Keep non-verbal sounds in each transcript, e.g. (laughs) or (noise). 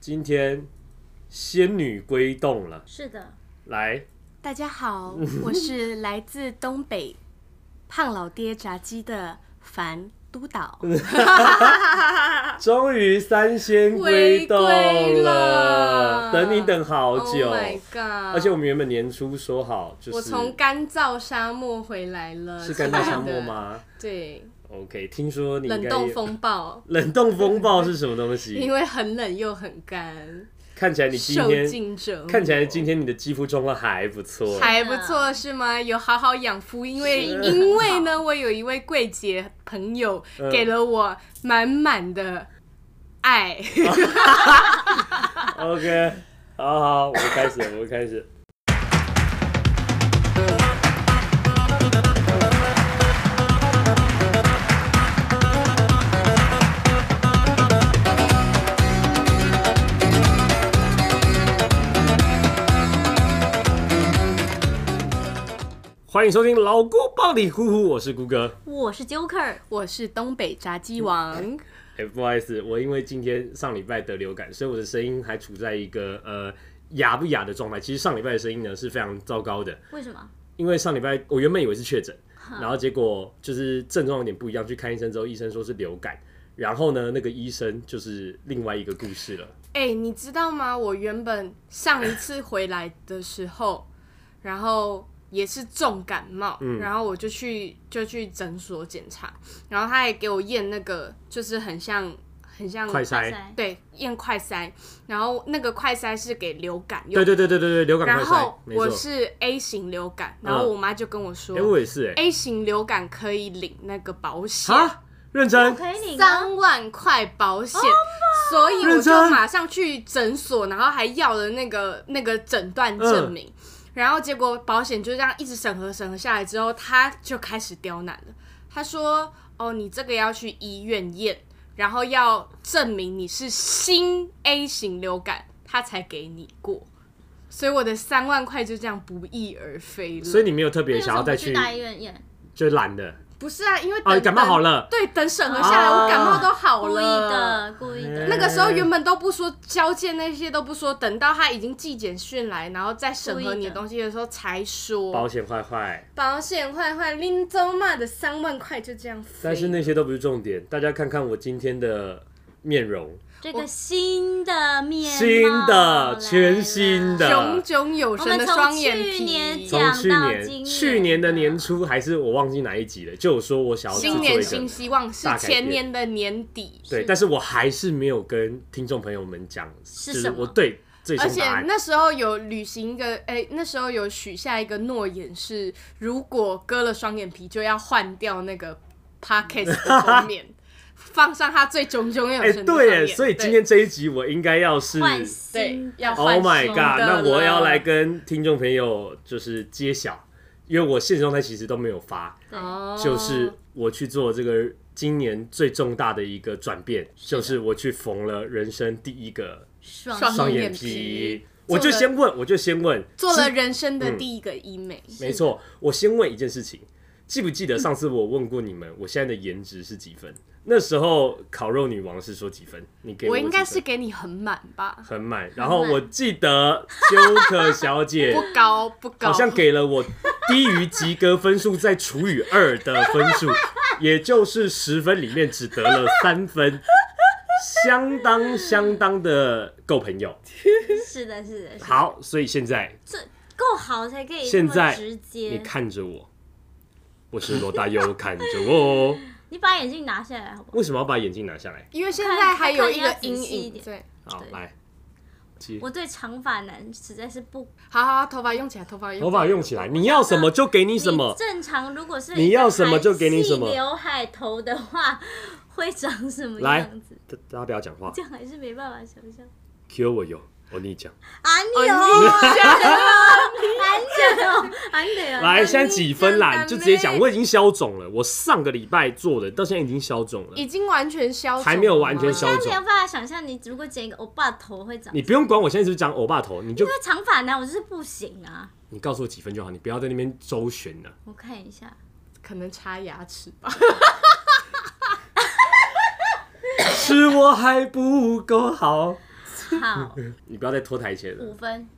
今天仙女归洞了，是的，来，大家 (laughs) 好，我是来自东北胖老爹炸鸡的樊督导。终于三仙归洞回啊归了等你等 (laughs) 好 Oh 久。 my god！而且我们原本年初说好，就是我从干燥沙漠回来了，是干燥沙漠真的？吗对， ？OK，听说你应冷该冻风暴，冷冻风暴是什么东 (laughs) 因西？为很冷又很干，看起来你今受天尽折磨。看起来今天你的肌肤状况还不错，还不错是吗？有好好养肤，因为是 (laughs) 因为呢，我有一位柜姐朋友嗯给了我满满的爱。 (laughs) OK，好好，我们开始，我们开始。欢迎收听《老郭帮你呼呼》，我是谷歌。我是 Joker，我是东北炸鸡王，哎、不好意思，我因为今天上礼拜得流感，所以我的声音还处在一个呃哑不哑的状态。其实上礼拜的声音呢是非常糟糕的，为什么？因为上礼拜我原本以为是确诊，然后结果就是症状有点不一样，去看医生之后，医生说是流感。然后呢，那个医生就是另外一个故事了。哎、你知道吗？我原本上一次回来的时候，然后也是重感冒，嗯然后我就去就去诊所检查，然后他还给我验那个，就是很像很像快筛，塞对，验快筛，然后那个快筛是给流感用对的，对对对对对，流感然快筛后，没我错。是 A 型流感，然后我妈就跟我说、哎、我也是哎、 a 型流感可以领那个保险，啊，认真可以领啊三万块保险，所以我认就真马上去诊所，然后还要了那个那个诊断证明。嗯然后结果保险就这样一直审核审核下来之后，他就开始刁难了。他说：“哦，你这个要去医院验，然后要证明你是新 A 型流感，他才给你过。”所以我的三万块就这样不翼而飞了。所以你没有特别想要那再为什么不去去，大医院验，就懒的。不是啊，因为哦，等你感冒好，了等，对，等审核下来，哦我感冒都好故意了。的，故意的。哎那个时候原本都不说交件那些都不说，等到他已经寄简讯来，然后再审核你的东西的时候才保说。险坏坏。保险坏坏，拎走嘛的三万块就这样飞。但是那些都不是重点，大家看看我今天的面容，这个新的面貌新的来全新的了炯炯有神的双眼我们从去年皮，讲从去讲到年今年去年的年初还是我忘记哪一集了，就有说我想要制新作年一新个。希望是大改变前年的年底，对，但是我还是没有跟听众朋友们讲，就是是什么我对最而新且答案。那时候有履行一个，哎、那时候有许下一个诺言是，如果割了双眼皮，就要换掉那个 podcast 的 (laughs) 封面，放上他最炯炯有哎、神的对双耶，眼所以对今天这一集我应该要是换，Oh 新对要的换新 my 的 god，那了我要来跟听众朋友就是揭晓，因为我现实状态其实都没有发，对哦就是我去做这个今年最重大的一个转变，就是我去缝了人生第一个爽爽双眼眼皮皮。我就做了先问，我就先问，做了之人生的第一个医美，嗯没错，我先问一件事情，记不记得上次我问过你们，我现在的颜值是几分？那时候烤肉女王是说几分？你给我我应该几是分给你很满吧，很满。然后我记得 (laughs) Joker 小姐不高不高，好像给了我低于及格分数再除以二的分数，也就是十分里面只得了三分，相当相当的够朋友。是的，是的，是的好，所以现在这够好才可以这现么在直你接。看着我，我是罗大佑，看着我。你把眼镜拿下来好不好？为什么要把眼镜拿下来？因为现在还有一个看看要仔细阴一影，点对，好，来，接我对长发男实在是不，好好好头发用起来，头发用起头来发用起来，你要什么就给你什么你。正常如果是你要什么就给你什么一个韩系刘海头的话会长什么来样子？大大家不要讲话这样还是没办法想象。 ，Q 我有，我跟你讲。俺有，啊俺有，哦俺有。来，现在几分啦？真的你就直接讲，嘞我已经消肿了。我上个礼拜做的，到现在已经消肿了。已经完全消肿了吗，还没有完全消现在没有办法想象，你如果剪一个欧巴头会长。你因不用管我现在是不是长欧巴头，你就为长发男我就是不行啊！你告诉我几分就好，你不要在那边周旋了。我看一下，可能插牙齿吧，是我还不够好，好，你不要再拖台前了五。分，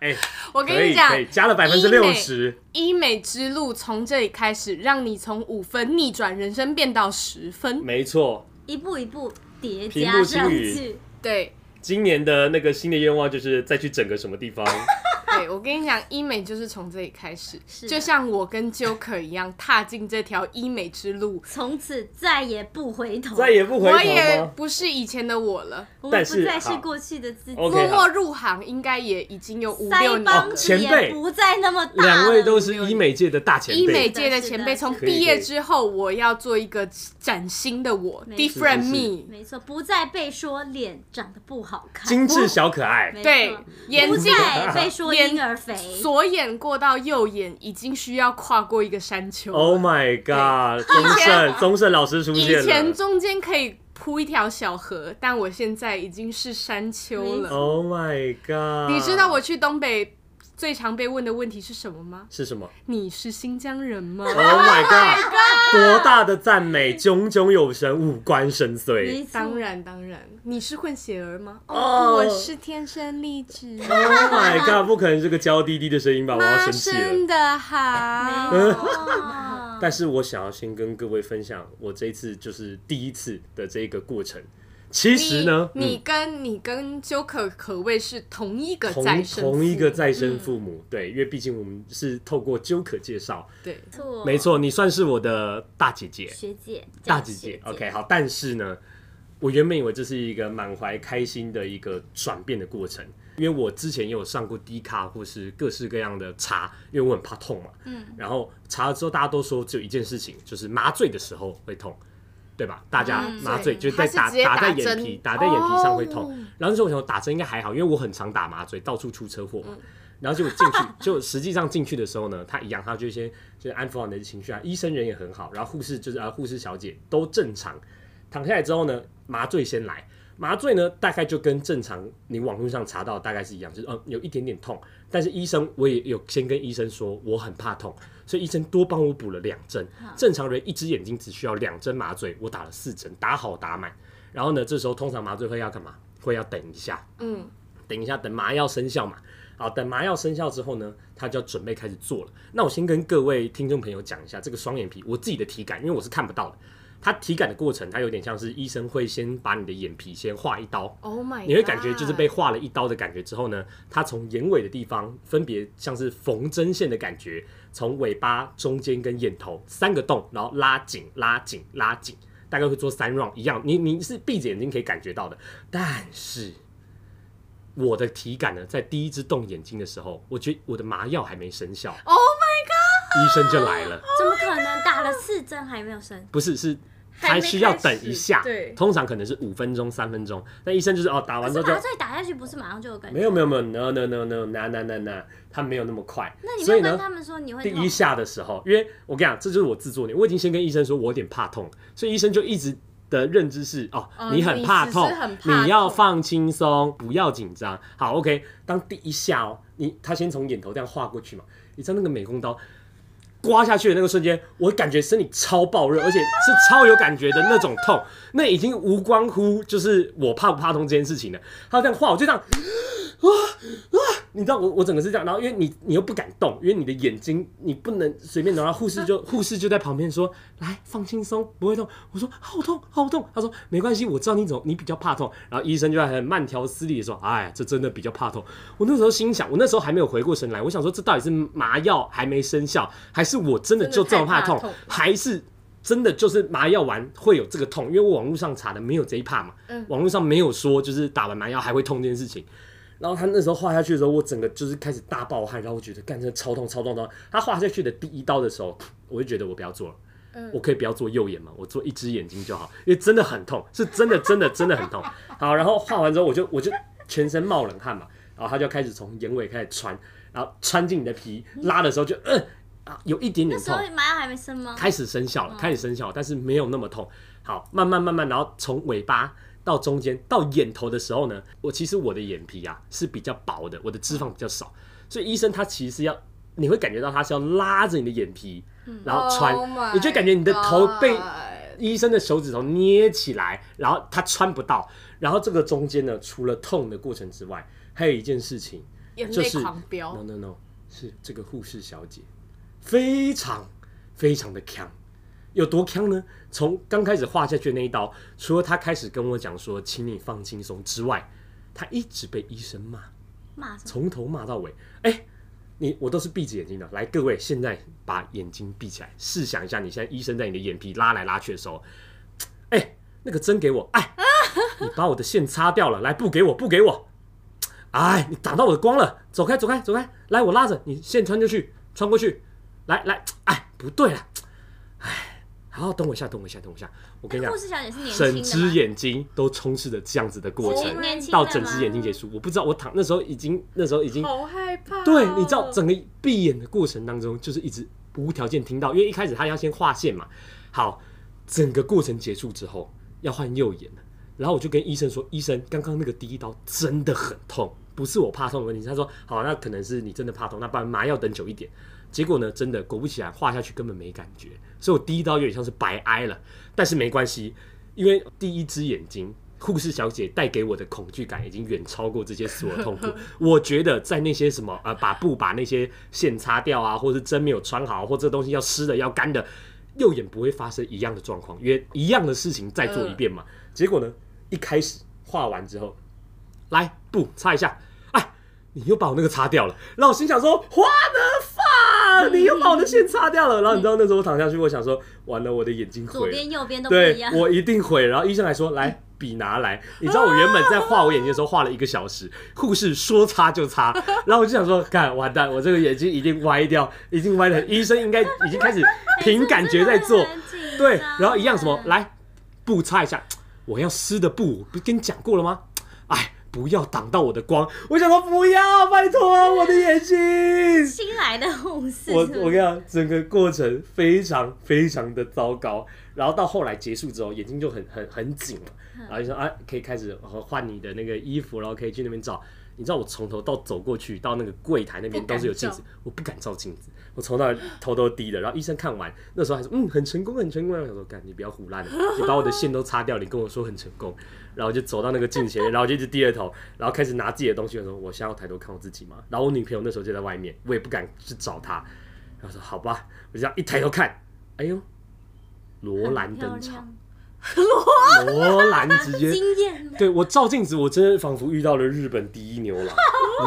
哎、我可跟以你讲可以，，加了百分之六十，医美之路从这里开始，让你从五分逆转人生变到十分。没错。一步一步叠平加步青上云去。对，今年的那个新的愿望就是再去整个什么 (laughs) 地方，对我跟你讲，医美就是从这里开始，是就像我跟 Joker 一样，踏进这条医美之路。从此再也不回头，再也不回头我也吗？不是以前的我了，我但们是不再是好过去的自己。 OK 默默入行应该也已经有五六腮年帮哦了。子前辈也不再那么大了。两位都是医美界的大前医美辈，界的前辈，是的从是的毕业之后，我要做一个崭新的我没错是，different 是 me。没错，不再被说脸长得不好看，精致小可爱。没错对，眼不睛再被说婴儿肥，左眼过到右眼，已经需要跨过一个山丘。 Oh my god！宗盛，宗盛老师出以现前了。中间可以铺一条小河，但我现在已经是山丘没了。 Oh my god！你知道我去东北最常被问的问题是什么吗？是什么你是新疆人吗？ ？Oh my god！多大的赞美，炯炯有神，五官深邃。没错当然当然，你是混血儿吗？哦哦，我是天生丽质， Oh my god！不可能是个娇滴滴的声音吧？我要生妈气生了。的好。没错但是我想要先跟各位分享我这一次就是第一次的这个过程。其实呢，你你嗯跟你跟 Joker 可谓是同一个再同生，同一个，再生父母，嗯对，因为毕竟我们是透过 Joker 介绍，对，错， (laughs) 没，错，你算是我的大姐姐，学姐，大叫姐姐学，OK，好。但是呢，我原本以为这是一个满怀开心的一个转变的过程，因为我之前也有上过低卡或是各式各样的茶，因为我很怕痛嘛。嗯。然后查了之后，大家都说只有一件事情，就是麻醉的时候会痛，对吧？大家嗯麻醉对就是在它是打直接在打针眼皮，打在眼皮上会痛哦。然后那时候我想说打针应该还好，因为我很常打麻醉，到处出车祸嗯嘛。然后结果进去， (laughs) 就实际上进去的时候呢，他一样，他就先就是安抚好你的情绪啊，医生人也很好，然后护士就是啊护士小姐都正常。躺下来之后呢，麻醉先来，麻醉呢大概就跟正常你网络上查到的大概是一样，就是嗯有一点点痛，但是医生我也有先跟医生说我很怕痛，所以医生多帮我补了两针。正常人一只眼睛只需要两针麻醉，我打了四针，打好打满。然后呢，这时候通常麻醉会要干嘛？会要等一下，嗯，等一下，等麻药生效嘛。好，等麻药生效之后呢，他就要准备开始做了。那我先跟各位听众朋友讲一下这个双眼皮我自己的体感，因为我是看不到的。它体感的过程，它有点像是医生会先把你的眼皮先画一刀， Oh my，你会感觉 God 就是被划了一刀的感觉之后呢，它从眼尾的地方分别像是缝针线的感觉，从尾巴中间跟眼头三个洞，然后拉紧、拉紧、拉紧，大概会做三 round 一样。你你是闭着眼睛可以感觉到的，但是我的体感呢，在第一只动眼睛的时候，我觉得我的麻药还没生效， Oh my God，医生就来了。怎么可能打了四针还没有生？不是，是还还没需要开始等一下，对通常可能是五分钟、三分钟。那医生就是哦，打完可之是后就麻醉打下去不是马上就有感觉？没有没有没有，no no no no no no no no，他没有那么快。那你所没以有跟呢他，们说你会第痛一？下的时候，因为我跟你讲，这就是我自作孽，我已经先跟医生说我有点怕痛，所以医生就一直。的认知是哦，嗯你很怕痛你只是很，怕你要痛放轻松，不要紧张。好，OK。当第一下哦，你他先从眼头这样划过去嘛，你知道那个美工刀刮下去的那个瞬间，我感觉身体超爆热，而且是超有感觉的那种痛，那已经无关乎就是我怕不怕痛这件事情了。他这样画，我就这样，啊啊！ (laughs) 你知道我我整个是这样，然后因为你你又不敢动，因为你的眼睛你不能随便动，然后护士就护士就在旁边说：“来放轻松，不会痛。”我说：“好痛，好痛。”他说：“没关系，我知道你怎么你比较怕痛。”然后医生就在很慢条斯理的说：“哎，这真的比较怕痛。”我那时候心想，我那时候还没有回过神来，我想说这到底是麻药还没生效，还是我真的就这么怕痛真的太怕痛，还是真的就是麻药完会有这个痛？因为我网络上查的没有这一趴嘛，嗯网络上没有说就是打完麻药还会痛这件事情。然后他那时候画下去的时候，我整个就是开始大爆汗，然后我觉得干真的超痛超痛超痛。他画下去的第一刀的时候，我就觉得我不要做了。嗯我可以不要做右眼嘛，我做一只眼睛就好，因为真的很痛，是真的真的真的很 (laughs) 痛。好，然后画完之后，我就我就全身冒冷汗嘛，然后他就开始从眼尾开始穿，然后穿进你的皮，拉的时候就嗯、呃啊，有一点那点时痛候，麻药还没生吗？开始生效嗯了，开始生效了，但是没有那么痛。好，慢慢慢慢，然后从尾巴到中间到眼头的时候呢，我其实我的眼皮啊是比较薄的，我的脂肪比较少，所以医生他其实是要。你会感觉到他是要拉着你的眼皮，然后穿嗯 Oh my 你就感觉你的头被 God 医生的手指头捏起来，然后他穿不到。然后这个中间呢，除了痛的过程之外，还有一件事情，眼就泪是狂飙 No no no，是这个护士小姐非常非常的强，有多强呢？从刚开始画下去的那一刀，除了她开始跟我讲说“请你放轻松”之外，她一直被医生骂，骂什么？从头骂到尾。哎、你我都是闭着眼睛的。来，各位现在把眼睛闭起来，试想一下，你现在医生在你的眼皮拉来拉去的时候，哎、那个针给我，哎，你把我的线擦掉了，来，不给我，不给我，哎，你挡到我的光了，走开，走开，走开，来，我拉着你线穿进去，穿过去，来来，哎，不对了，哎，好，等我一下，等我一下，等我一下，我跟你讲护。士小姐是年整轻的只吗？眼睛都充斥着这样子的过程，年轻的到吗整只眼睛结束，我不知道我躺那时候已经那时候已经好害怕哦、对，你知道整个闭眼的过程当中，就是一直无条件听到，因为一开始他要先画线嘛。好，整个过程结束之后要换右眼了，然后我就跟医生说：“医生，刚刚那个第一刀真的很痛，不是我怕痛的问题。”他说：“好，那可能是你真的怕痛，那不然麻药等久一点。”结果呢，真的果不其然，画下去根本没感觉，所以我第一刀有点像是白挨了，但是没关系，因为第一只眼睛。护士小姐带给我的恐惧感已经远超过这些所有痛苦。 (laughs) 我觉得在那些什么呃，把布把那些线擦掉啊，或是针没有穿好，或这东西要湿的要干的，右眼不会发生一样的状况，因为一样的事情再做一遍嘛。结果呢，一开始画完之后，来布擦一下，哎，你又把我那个擦掉了，然后我心想说，花的发，你又把我的线擦掉了。然后你知道那时候我躺下去，我想说，完了，我的眼睛左毁了。边右边都不一对样，嗯我一定会。然后医生还说：“来，笔拿来。”你知道我原本在画我眼睛的时候画了一个小时，护士说擦就擦，然后我就想说：“看，完蛋，我这个眼睛一定歪掉，已经歪了。”医生应该已经开哎始凭感觉在 (laughs) 做，对，啊然后一样什么来布擦一下，我要湿的布，不是跟你讲过了吗？哎，不要挡到我的光。我想说不要，拜托我的眼睛。新来的护士，我是不是我跟你讲，整个过程非常非常的糟糕，然后到后来结束之后，眼睛就很很很紧了，然后就说啊，可以开始呃换你的那个衣服，然后可以去那边照。你知道我从头到走过去到那个柜台那边不都敢是有镜子，我不敢照镜子，我从那头都低的。然后医生看完那时候还说嗯很成功很成功，然后我想说干你不要胡乱，你把我的线都擦掉，你跟我说很成功，然后就走到那个镜前面，然后就一直低着头，然后开始拿自己的东西的时候，我想要抬头看我自己嘛。然后我女朋友那时候就在外面，我也不敢去找她，然后说好吧，我就这样一抬头看，哎呦，罗兰登场，，罗兰直接惊艳，对我照镜子，我真的仿佛遇到了日本第一牛郎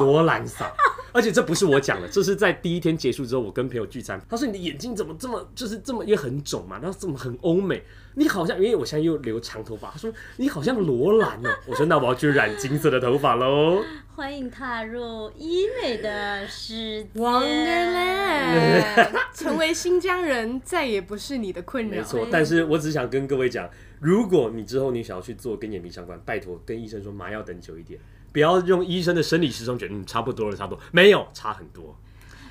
罗兰桑。而且这不是我讲的，这是在第一天结束之后，我跟朋友聚餐，他说你的眼睛怎么这么就是这么也很肿嘛，然后怎么很欧美，你好像因为我现在又留长头发，他说你好像罗兰哦，我说那我要去染金色的头发喽。欢迎踏入医美的世界。 (laughs) Wonderland 成为新疆人再也不是你的困没扰。错，但是我只想跟各位讲，如果你之后你想要去做跟眼皮相关，拜托跟医生说麻药等久一点，不要用医生的生理时钟觉得嗯差不多了，差不多，没有差很多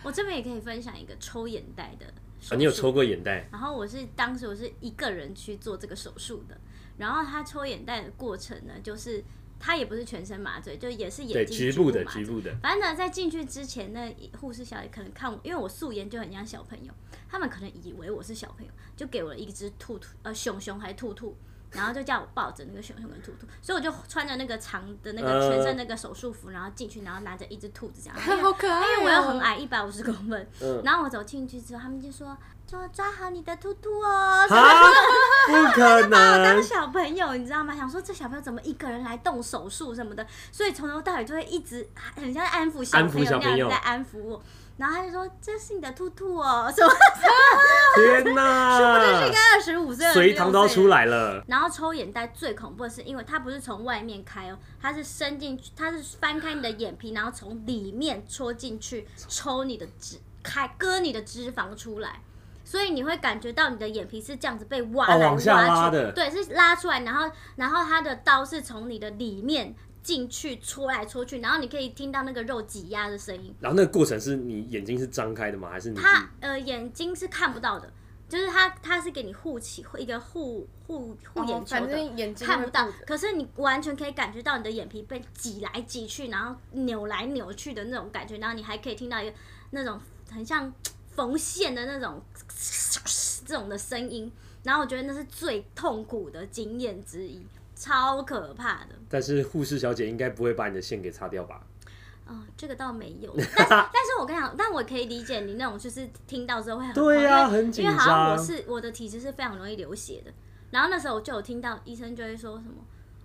我这边也可以分享一个抽眼袋的手术、啊。你有抽过眼袋？然后我是当时我是一个人去做这个手术的，然后他抽眼袋的过程呢，就是他也不是全身麻醉，就也是对，眼睛局部的，麻局醉。部的。反正呢，在进去之前，那护士小姐可能看我，因为我素颜就很像小朋友，他们可能以为我是小朋友，就给我了一只兔兔，呃，熊熊还兔兔，然后就叫我抱着那个熊熊跟兔兔，所以我就穿着那个长的那个呃全身那个手术服，然后进去，然后拿着一只兔子这样，好可爱、因哎为我又很，矮，一百五十公分。哎嗯然后我走进去之后，他们就说：“就抓好你的兔兔哦。”啊，不可把 (laughs) 我当能！小朋友，你知道吗？想说这小朋友怎么一个人来动手术什么的，所以从头到尾就会一直很像在安抚小安抚朋友小那朋样友子在安抚我。然后他就说：“这是你的兔兔哦，什么天 (laughs) 哪，二十五岁，隋唐刀出。”来了。然后抽眼袋最恐怖的是，因为它不是从外面开哦，它是伸进去，它是翻开你的眼皮，然后从里面戳进去，抽你的脂，开割你的脂肪出来。所以你会感觉到你的眼皮是这样子被挖哦来往下挖拉去，的对，是拉出来，然后然后它的刀是从你的里面进去戳来戳去，然后你可以听到那个肉挤压的声音。然后那个过程是你眼睛是张开的吗？还是你自己它呃眼睛是看不到的，就是它它是给你护起一个护护护眼哦球反的。正眼睛看不到会，可是你完全可以感觉到你的眼皮被挤来挤去，然后扭来扭去的那种感觉，然后你还可以听到一个那种很像缝线的那种这种的声音，然后我觉得那是最痛苦的经验之一，超可怕的。但是护士小姐应该不会把你的线给擦掉吧？哦，这个倒没 (laughs) 有，但但是我跟你讲，但我可以理解你那种，就是听到之后会很对呀慌因为很紧因为好像我张是我的体质是非常容易流血的，然后那时候我就有听到医生就会说什么。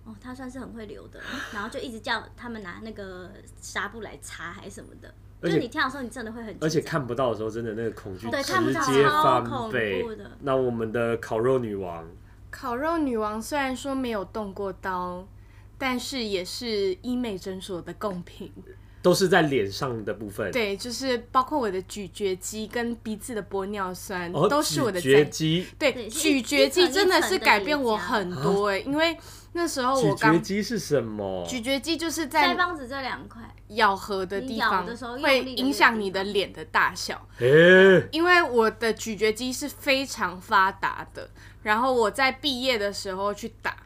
哦，他算是很会流的，然后就一直叫他们拿那个纱布来擦还是什么的。而就且是你跳的时候，你真的会很紧张而且看不到的时候，真的那个恐惧对直看不到接超翻恐倍怖的。那我们的烤肉女王，烤肉女王虽然说没有动过刀，但是也是医美诊所的贡品。都是在脸上的部分，，对，就是包括我的咀嚼肌跟鼻子的玻尿酸，哦，都是我的咀嚼在肌，对，对是咀一嚼一肌层真一的层是的改叠变我加很多哎、啊因为那时候咀哦我嚼刚肌是什么？咀嚼肌就是腮在帮子这两块，咬合的你地咬方的时候用会力的那影个响地你的方脸的大小，诶，因为我的咀嚼肌是非常发达的，然后我在毕业的时候去打，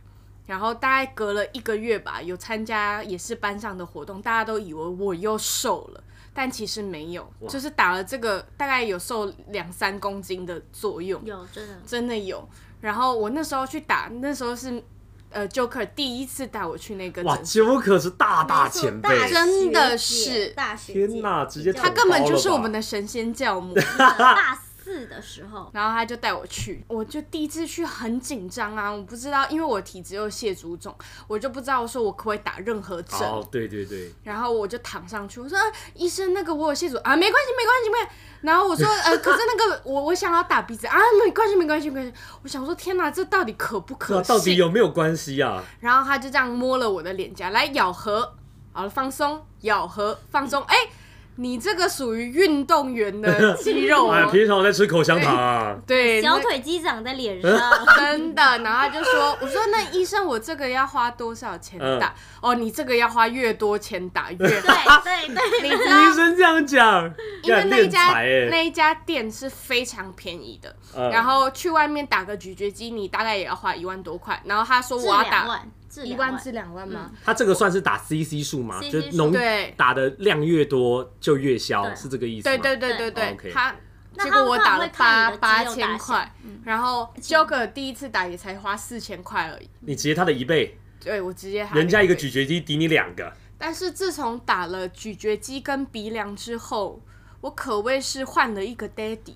然后大概隔了一个月吧，有参加也是班上的活动，大家都以为我又瘦了，但其实没有，就是打了这个大概有瘦两三公斤的作用，有真的真的有。然后我那时候去打，那时候是呃 Joker 第一次带我去那个哇诊所， ，Joker 是大大前辈，大学真的姐是大学天哪哪，直接比较他他根本就是包了吧我们的神仙教母。大四的时候， (laughs) 然后他就带我去，我就第一次去很紧张啊，我不知道，因为我体质又蟹足肿，我就不知道说我可不可以打任何针。哦，对对对，然后我就躺上去，我说、啊、医生，那个我有蟹足啊，没关系，没关系，没关系。然后我说， (laughs) 呃，可是那个我我想要打鼻子啊，没关系，没关系，没关系。我想说，天哪，这到底可不那可啊到底信？有没有关系啊？然后他就这样摸了我的脸颊，来咬合，好了，放松，咬合，放松。哎，你这个属于运动员的肌肉 (laughs) 哎，哦，平常我在吃口香糖啊，对，小那腿肌长在脸上， (laughs) 真的。然后他就说：“我说那医生，我这个要花多少钱打？嗯哦，你这个要花越多钱打越好。对对对， (laughs) 你知医道，生这样讲，因为干那一练家财欸那一家店是非常便宜的，嗯然后去外面打个咀嚼肌，你大概也要花一万多块。然后他说至我要两打万，至一两万至两万嘛，他这个算是打 CC 数嘛， CC 就数浓对打的量越多就越消，对是这个意思吗？对对对对对哦对， ，OK 他。那结他们果我通常打嗯会了看八你的八肌肉千大小块，然后 Joker 第一次打也才花四千块而已。你直接他的一倍，对我直接喊人家一个对咀嚼肌抵你两个，但是自从打了咀嚼肌跟鼻梁之后，我可谓是换了一个 daddy。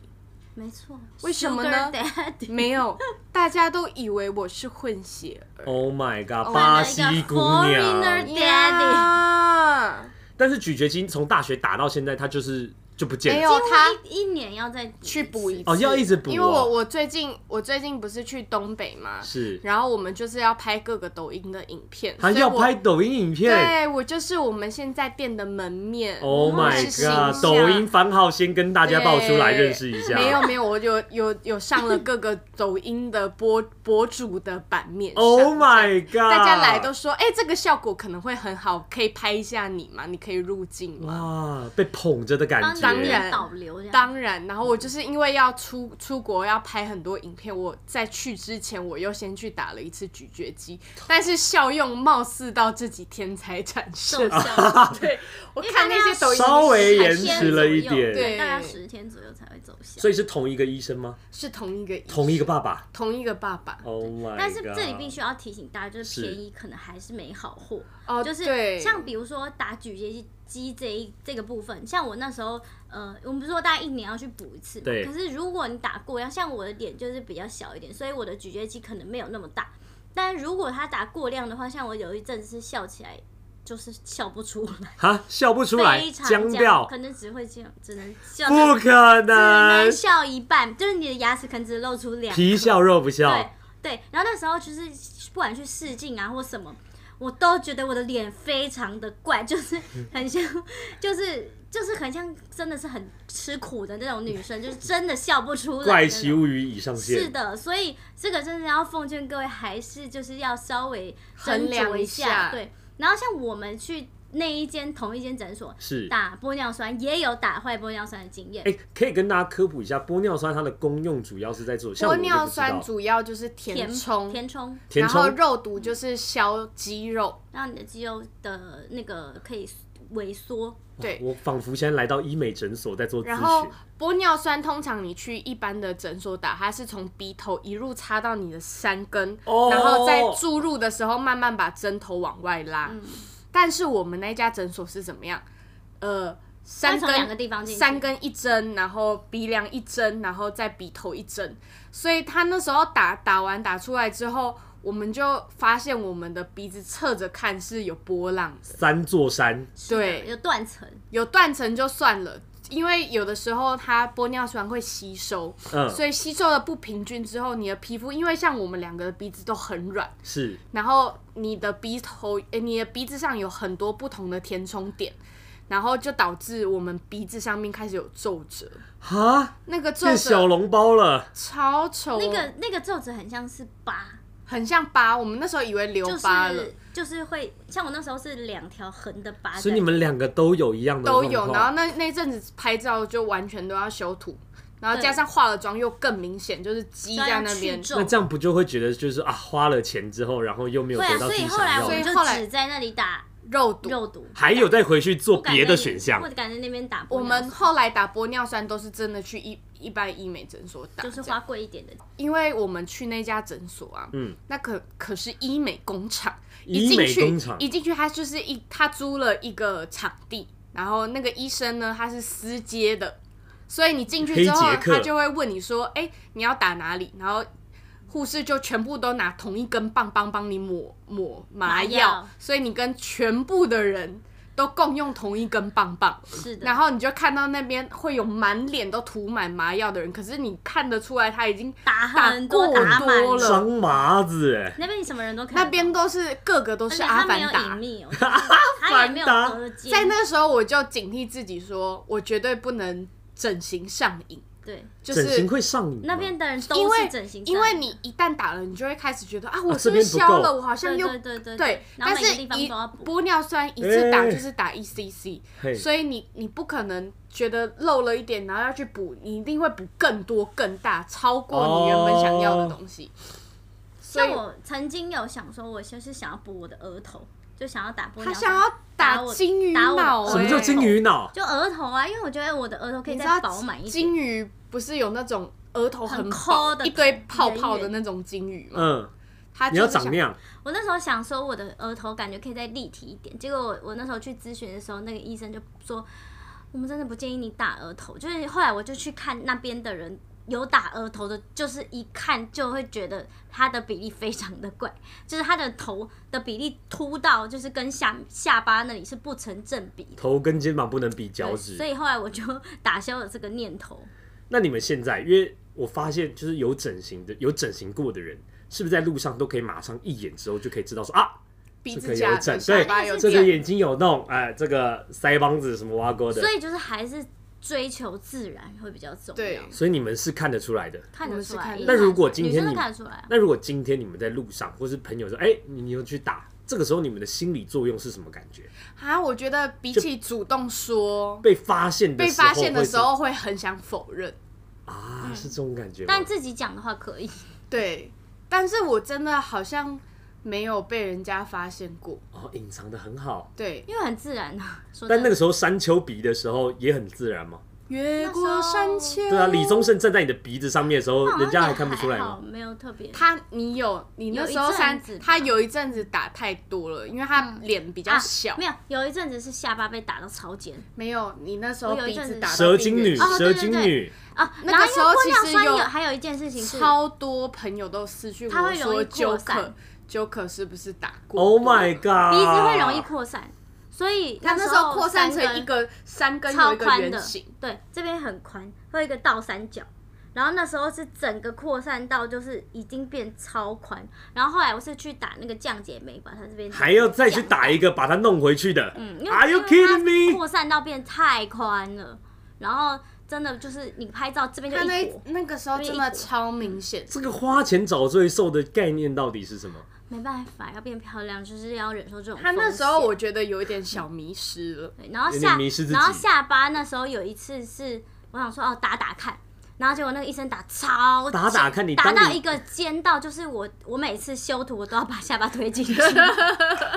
没错，为什么呢 Sugar (laughs) Daddy 没 (laughs) 有，大家都以为我是混血儿。 Oh my god，换了巴一个西姑 foreigner 娘。 Daddy 呀但是咀嚼肌从大学打到现在，它就是就不见没了有他一一年要再去补一次次，哦，要一直哦补哦。因为我我最近我最近不是去东北嘛，是然后我们就是要拍各个抖音的影片，还所以要我拍。抖音影片。对我就是我们现在店的门面 Oh 我 my 是形 god，象抖音番号先跟大家报出来对认识一下。没有没有，我有有有上了各个抖音的博博主的版面上。 Oh my god，大家来都说，哎、这个效果可能会很好，可以拍一下你吗？你可以入镜吗？哇，被捧着的感觉。当当然导流这样，当然，然后我就是因为要出出国要拍很多影片，我在去之前我又先去打了一次咀嚼肌，但是效用貌似到这几天才产受生。伤对我看那些抖音啊稍微还延是迟了一点对大概十天左右才会走向。所以是同一个医生吗？是同一个同一个爸爸同一个爸爸？Oh my god！但是这里必须要提醒大家，就是是便宜可能还是没好货。哦，就是对像比如说打咀嚼肌这一这个部分，像我那时候，呃，我们不是说大概一年要去补一次嘛？对可是如果你打过量，像我的脸就是比较小一点，所以我的咀嚼肌可能没有那么大。但如果他打过量的话，像我有一阵子是笑起来就是笑不出来，哈笑不出来，非常僵掉可，能只会这样，只能笑，不可只能能，笑一半，就是你的牙齿可能只露出两皮笑肉不对笑。对，然后那时候就是不管去试镜啊或什么，我都觉得我的脸非常的怪，就是嗯很像，就是就是很像，真的是很吃苦的那种女生，就是真的笑不出来。怪奇物语已上是线，的，所以这个真的要奉劝各位，还是就是要稍微衡斟酌量一一下对。然后像我们去那一间同一间诊所是。打玻尿酸，也有打坏玻尿酸的经验。哎、可以跟大家科普一下，玻尿酸它的功用主要是在做，像我玻就不知尿酸道主要就是填填充，填充，填然后充肉毒就是消肌肉。让你的肌肉的那个可以萎缩。对，我仿佛现在来到医美诊所在做咨然后询，玻尿酸通常你去一般的诊所打，它是从鼻头一路插到你的山根，哦然后在注入的时候慢慢把针头往外拉。嗯但是我们那家诊所是怎么样？呃，它三从两个根地方进去，三根一针，然后鼻梁一针，然后再鼻头一针。所以他那时候打打完打出来之后，我们就发现我们的鼻子侧着看是有波浪的，三座山是的对，有断层，有断层就算了。因为有的时候它玻尿酸会吸收，嗯所以吸收的不平均之后，你的皮肤因为像我们两个的鼻子都很软，是然后你的鼻头、诶你的鼻子上有很多不同的填充点，然后就导致我们鼻子上面开始有皱褶，哈，那个皱变小褶笼包了，超丑，哦那个那个皱褶很像是疤，很像疤，我们那时候以为留就疤了。是就是会像我那时候是两条横的疤在，所以你们两个都有一样的都状有，况然后那那一阵子拍照就完全都要修图，然后加上化了妆又更明显，就是肌在那边去。皱那。这样不就会觉得就是啊，花了钱之后，然后又没有对得啊，到所自以己后想来要我的，们所就以后来只在那里打肉毒。肉毒，还有再回去做不敢别的在选项不，敢在那边打玻尿酸。我们后来打玻尿酸都是真的去一一般医美诊所打，就是这样花贵一点的，因为我们去那家诊所啊，嗯嗯，那可可是医美工厂，一医进美去工厂一进去他就是一他租了一个场地，然后那个医生呢他是私接的，所以你进去之后啊黑杰克他就会问你说，哎、你要打哪里？然后护士就全部都拿同一根棒棒帮你抹抹麻麻药药，所以你跟全部的人都共用同一根棒棒。是的然。后你就看到那边会有满脸都涂满麻药的人，可是你看得出来他已经打很多过打满多了张，麻子哎，那边什么人都看得到，那边都是个个都而是且阿他凡没有隐达。秘 (laughs) 哦，他也没有阿凡达隔间，在那时候我就警惕自己说，我绝对不能整形上瘾，对就整形是。会上瘾吗，那边的人因都为是整形上因为你一旦打了，你就会开始觉得啊，我啊是不是这边不消够了？我好像对又对对对对，然后每但个是地方一都要补，玻尿酸一次打哎就是打一 cc，、嘿所以你你不可能觉得漏了一点，然后要去补，你一定会补更多更大，超过你原本想要的东西。哦所像以我曾经有想说，我就是想要补我的额头，就想要打玻他尿想酸，要打打我金鱼打我的脑、欸，什么叫金鱼脑？就额头啊，因为我觉得我的额头可以你知再道饱满一点。金鱼不是有那种额头很薄抠的一堆泡泡圆的圆那种金鱼啊吗？嗯，它你就要是想长那样，我那时候想说，我的额头感觉可以再立体一点。结果我我那时候去咨询的时候，那个医生就说，我们真的不建议你打额头。就是后来我就去看那边的人。有打额头的，就是一看就会觉得他的比例非常的怪，就是他的头的比例凸到，就是跟下下巴那里是不成正比的。头跟肩膀不能比对脚趾所。以后来我就打消了这个念头。 (laughs) 那你们现在，因为我发现就是有整形的、有整形过的人，是不是在路上都可以马上一眼之后就可以知道说啊，鼻这子个夹有的整，下巴对有这整个，眼睛有弄，哎，这个腮帮子什么挖沟的所，以就是还是追求自然会比较重对要，所以你们是看得出来的。看我得们是出来看。得一出那眼如果看今女天生你都看得出来啊，那如果今天你们在路上，或是朋友说，哎、你你又去打，这个时候你们的心理作用是什么感觉？啊，我觉得比起主动说，被发现的被时候发会是，现的时候会很想否认。啊，是这种感觉吗？但自己讲的话可以， (laughs) 对，但是我真的好像没有被人家发现过。哦，隐藏的很好。对，因为很自然啊。说但那真的，个时候扇丘鼻的时候也很自然嘛。越过山丘。对啊，李宗盛站在你的鼻子上面的时候，好像人家也还看不出来还好吗？没有特别他，你有你那时候有一阵三子，吧他有一阵子打太多了，因为他脸比较啊小。没有，有一阵子是下巴被打到超尖没有，你那时候我有一鼻阵子子打到蛇地精缘女，哦蛇对对精对女，啊。那然后个因时为候玻其尿实酸有有还有一件事情是，超多朋友都私讯它我会容说易扩散 Joker Joker 是不是打过 Oh my god！鼻子会容啊易扩散，所以他那时候扩散三成根一个三根有超一个宽圆的形，，对，这边很宽，会有一个倒三角。然后那时候是整个扩散到就是已经变超宽，然后后来我是去打那个降解酶，把它这边还要再去打一个把它弄回去的。嗯因为 Are you 因 kidding 为它 me？扩散到变太宽了，然后真的就是你拍照这边就他一那坨，那个时候真的就一坨超明显，这个花钱找罪受的概念到底是什么？没办法，要变漂亮就是要忍受这种风他险。那时候我觉得有一点小迷失了，对，然后有下点迷失自己然后下巴那时候有一次是我想说哦打打看，然后结果那个医生打超紧打打看你打当到你一个尖到，就是我我每次修图我都要把下巴推 (laughs) 进去，真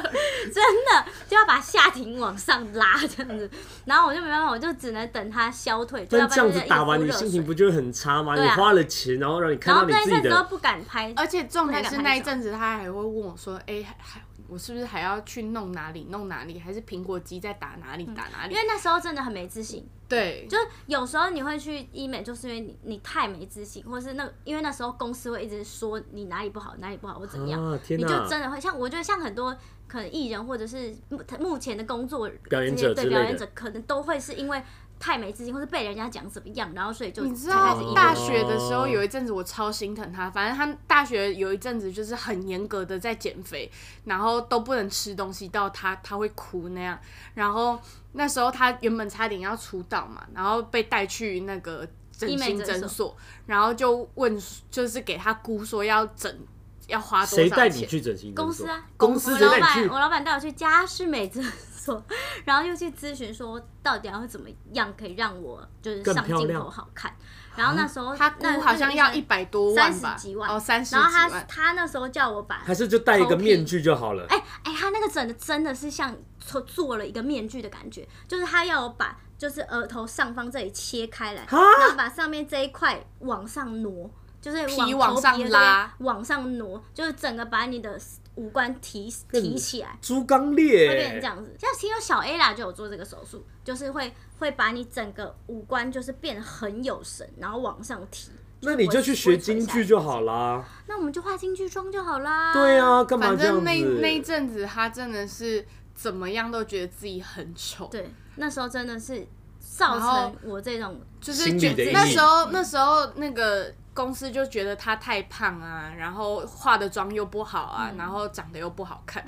的就要把下庭往上拉这样子，然后我就没办法，我就只能等它消退，就要但不这样然子就是一打直完，敷你热心情水不就会很差吗？对你啊花了钱，然后让你看然到后你对自那己时候的，啊不敢拍，而且重点是那一阵子他还会问我说：“哎、还我是不是还要去弄哪里弄哪里，还是苹果肌在打哪里打哪里因为？”那时候真的很没自信。对，就是有时候你会去医美，就是因为你你太没自信，或是那因为那时候公司会一直说你哪里不好，哪里不好或怎样，啊天你哪就真的会像我觉得像很多可能艺人或者是目目前的工作表演者之这些对类的表演者可能都会是因为太没自信，或是被人家讲怎么样，然后所以就你知才开道始医美大学的时候有一阵子我超心疼他，反正他大学有一阵子就是很严格的在减肥，然后都不能吃东西，到他他会哭那样。然后那时候他原本差点要出道嘛，然后被带去那个整医美形诊诊所所，然后就问就是给他估说要整要花多少谁钱。带你去整形诊所？公司啊，公司我谁老带你板，去？我老板带我去家世美诊所，然后又去咨询说到底要怎么样可以让我就是更上漂镜亮头好看。然后那时候他估那好像要一。百多三万十吧，几万哦，三十几然后他万。他那时候叫我把还是就戴一个头皮面具就好了？哎哎，他那个整的真的是像做做了一个面具的感觉，就是他要我把就是额头上方这里切开来，然后把上面这一块往上挪，就是皮头往皮上的这拉边往上挪，就是整个把你的五官提提起来。猪刚会变成烈这，样子，像其实小 A 啦就有做这个手术，就是会会把你整个五官就是变得很有神，然后往上提。那你就去学京剧就好了。啦。那我们就化京剧妆就好啦。对啊，干嘛反这样正那那一子？阵子他真的是怎么样都觉得自己很丑，对，那时候真的是造然后成我这种就是心觉理的得阴那影时候那时候那个公司就觉得他太胖啊，然后化的妆又不好啊，然后长得又不好看，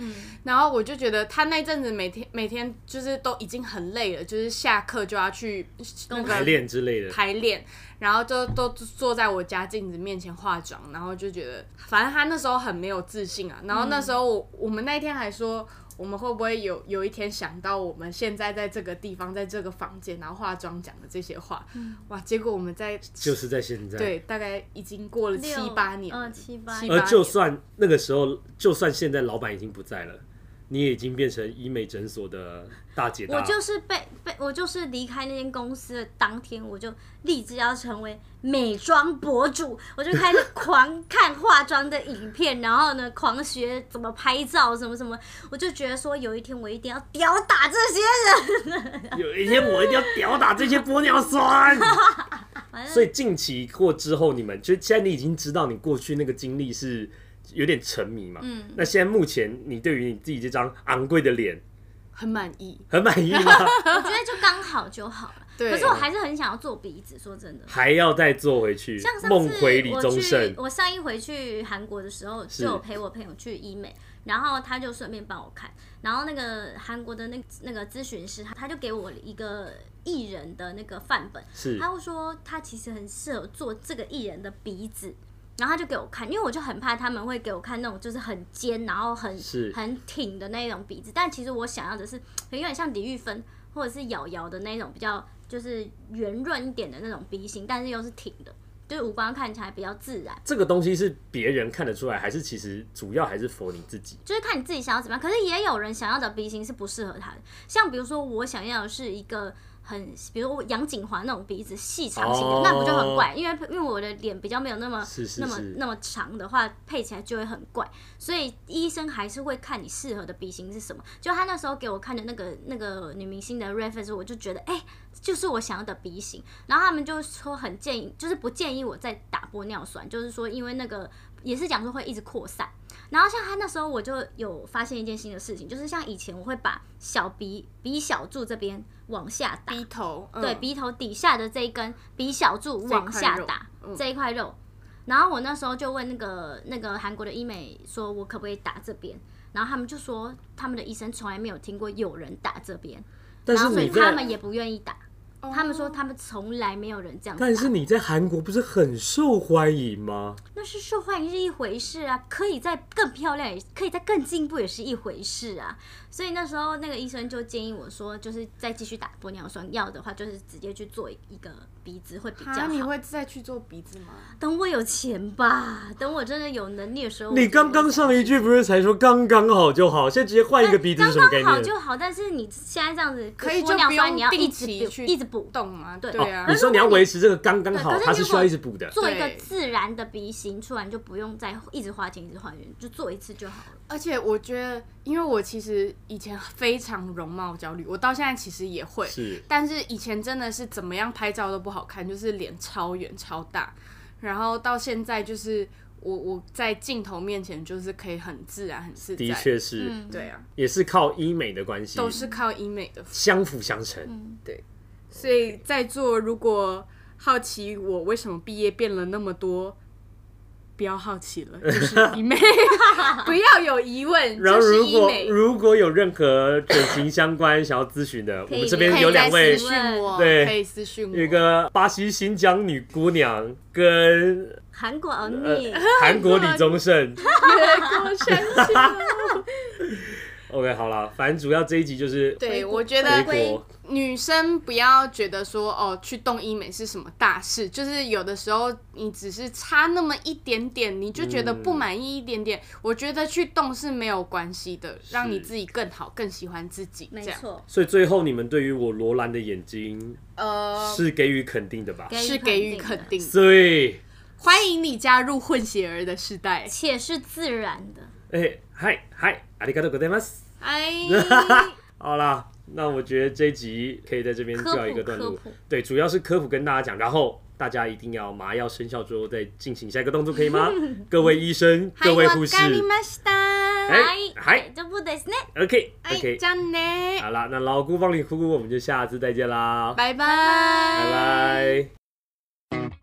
然后我就觉得他那阵子每天每天就是都已经很累了，就是下课就要去那排个练之类的，排练，然后就都坐在我家镜子面前化妆，然后就觉得，反正他那时候很没有自信啊。然后嗯那时候我、我们那一天还说，我们会不会有有一天想到我们现在在这个地方，在这个房间，然后化妆讲的这些话，嗯哇！结果我们在就是在现在。对，大概已经过了七六八年了，嗯，七八七年而八就年算那个时候，就算现在老板已经不在了，你也已经变成医美诊所的大姐大。我就是被被我就是离开那间公司的当天，我就立志要成为美妆博主，我就开始狂看化妆的影片，然后呢，狂学怎么拍照，什么什么，我就觉得说有一天我一定要吊打这些人。有一天我一定要吊打这些玻尿 (laughs) 酸。所以近期或之后，你们就现在你已经知道你过去那个经历是有点沉迷嘛？嗯。那现在目前你对于你自己这张昂贵的脸很满意。很满意 (laughs) 吗？我觉得就刚好就好 (laughs) 了。对可是我还是很想要做鼻子，说真的。还要再做回去像上？次梦回李我宗去，盛，我上一回去韩国的时候，是就有陪我朋友去医美，然后他就顺便帮我看，然后那个韩国的那那个咨询师，他就给我一个艺人的那个范本，是他会说他其实很适合做这个艺人的鼻子。然后他就给我看，因为我就很怕他们会给我看那种就是很尖，然后很是很挺的那种鼻子。但其实我想要的是，有点像李玉芬或者是瑶瑶的那种比较就是圆润一点的那种鼻型，但是又是挺的，就是五官看起来比较自然。这个东西是别人看得出来，还是其实主要还是否你自己？就是看你自己想要怎么样。可是也有人想要的鼻型是不适合他的，像比如说我想要的是一个很，比如说杨锦华那种鼻子细长型的，哦那不就很怪？因为因为我的脸比较没有那么是是那么是那么长的话，配起来就会很怪。所以医生还是会看你适合的鼻型是什么。就他那时候给我看的那个那个女明星的 reference，我就觉得哎、就是我想要的鼻型。然后他们就说很建议，就是不建议我再打玻尿酸，就是说因为那个也是讲说会一直扩散。然后像他那时候，我就有发现一件新的事情，就是像以前我会把小鼻鼻小柱这边往下打，鼻头，嗯对，鼻头底下的这一根鼻小柱往下打这这一一块肉嗯块肉。然后我那时候就问那个那个韩国的医美，说我可不可以打这边？然后他们就说他们的医生从来没有听过有人打这边，但然是后所你以他在们也不愿意打。哦他们说他们从来没有人这样打。但是你在韩国不是很受欢迎吗？那是受欢迎是一回事啊，可以再更漂亮也，可以再更进步也是一回事啊。所以那时候那个医生就建议我说，就是再继续打玻尿酸，要的话就是直接去做一个鼻子会比较啊，你好。会再去做鼻子吗？等我有钱吧，等我真的有能力的时候。你刚刚上一句不是才说刚刚好就好，现在直接换一个鼻子是什么概刚念？刚好就好，但是你现在这样子，可以玻就尿不酸用你要一定直期去补，一直补。动吗？对对啊哦，你，说你要维持这个刚刚好，对可是它是如需果要一直补的。做一个对自然的鼻型出来，你就不用再一直花钱，一直花钱，就做一次就好了。而且我觉得，因为我其实以前非常容貌焦虑，我到现在其实也会，是但是以前真的是怎么样拍照都不好看，就是脸超圆超大，然后到现在就是我我在镜头面前就是可以很自然很自在，的，确嗯是，嗯对啊，也是靠医美的关系，都是靠医美的，相辅相成。嗯所以在座如果好奇我为什么毕业变了那么多。不要好奇了，就是 (laughs) 医美，不要有疑问，然后就是如医果美。如果有任何整形相关想要咨询的，我可以们这可边以有再两位私私讯讯我我，对可以私讯我。有一 (laughs) 个巴西新疆女姑娘跟韩国欧尼，韩国李宗 (laughs) 盛。越过山丘 OK，好了，反正主要这一集就是 (laughs) 对，回国我觉回得国，女生不要觉得说哦，去动医美是什么大事，就是有的时候你只是差那么一点点，你就觉得嗯不满意一点点。我觉得去动是没有关系的，让你自己更好，更喜欢自己。没这样，错，所以最后你们对于我罗兰的眼睛呃，是给予肯定的吧？是给予肯的，定的。所以，欢迎你加入混血儿的时 (laughs) 代。且是自然的。哎，嗨嗨，阿里嘎多格代马斯。哎，好啦，那我觉得这一集可以在这边科普告一个段落科普。对，主要是科普跟大家讲，然后大家一定要麻药生效之后再进行下一个动作，可以 (laughs) 吗？各位医生，各位护士嗨わかりました。哎哎嗨，这不得呢。 ，OK 哎， OK，这样呢，好啦，那老姑帮你哭哭，我们就下次再见啦，拜拜，拜拜拜。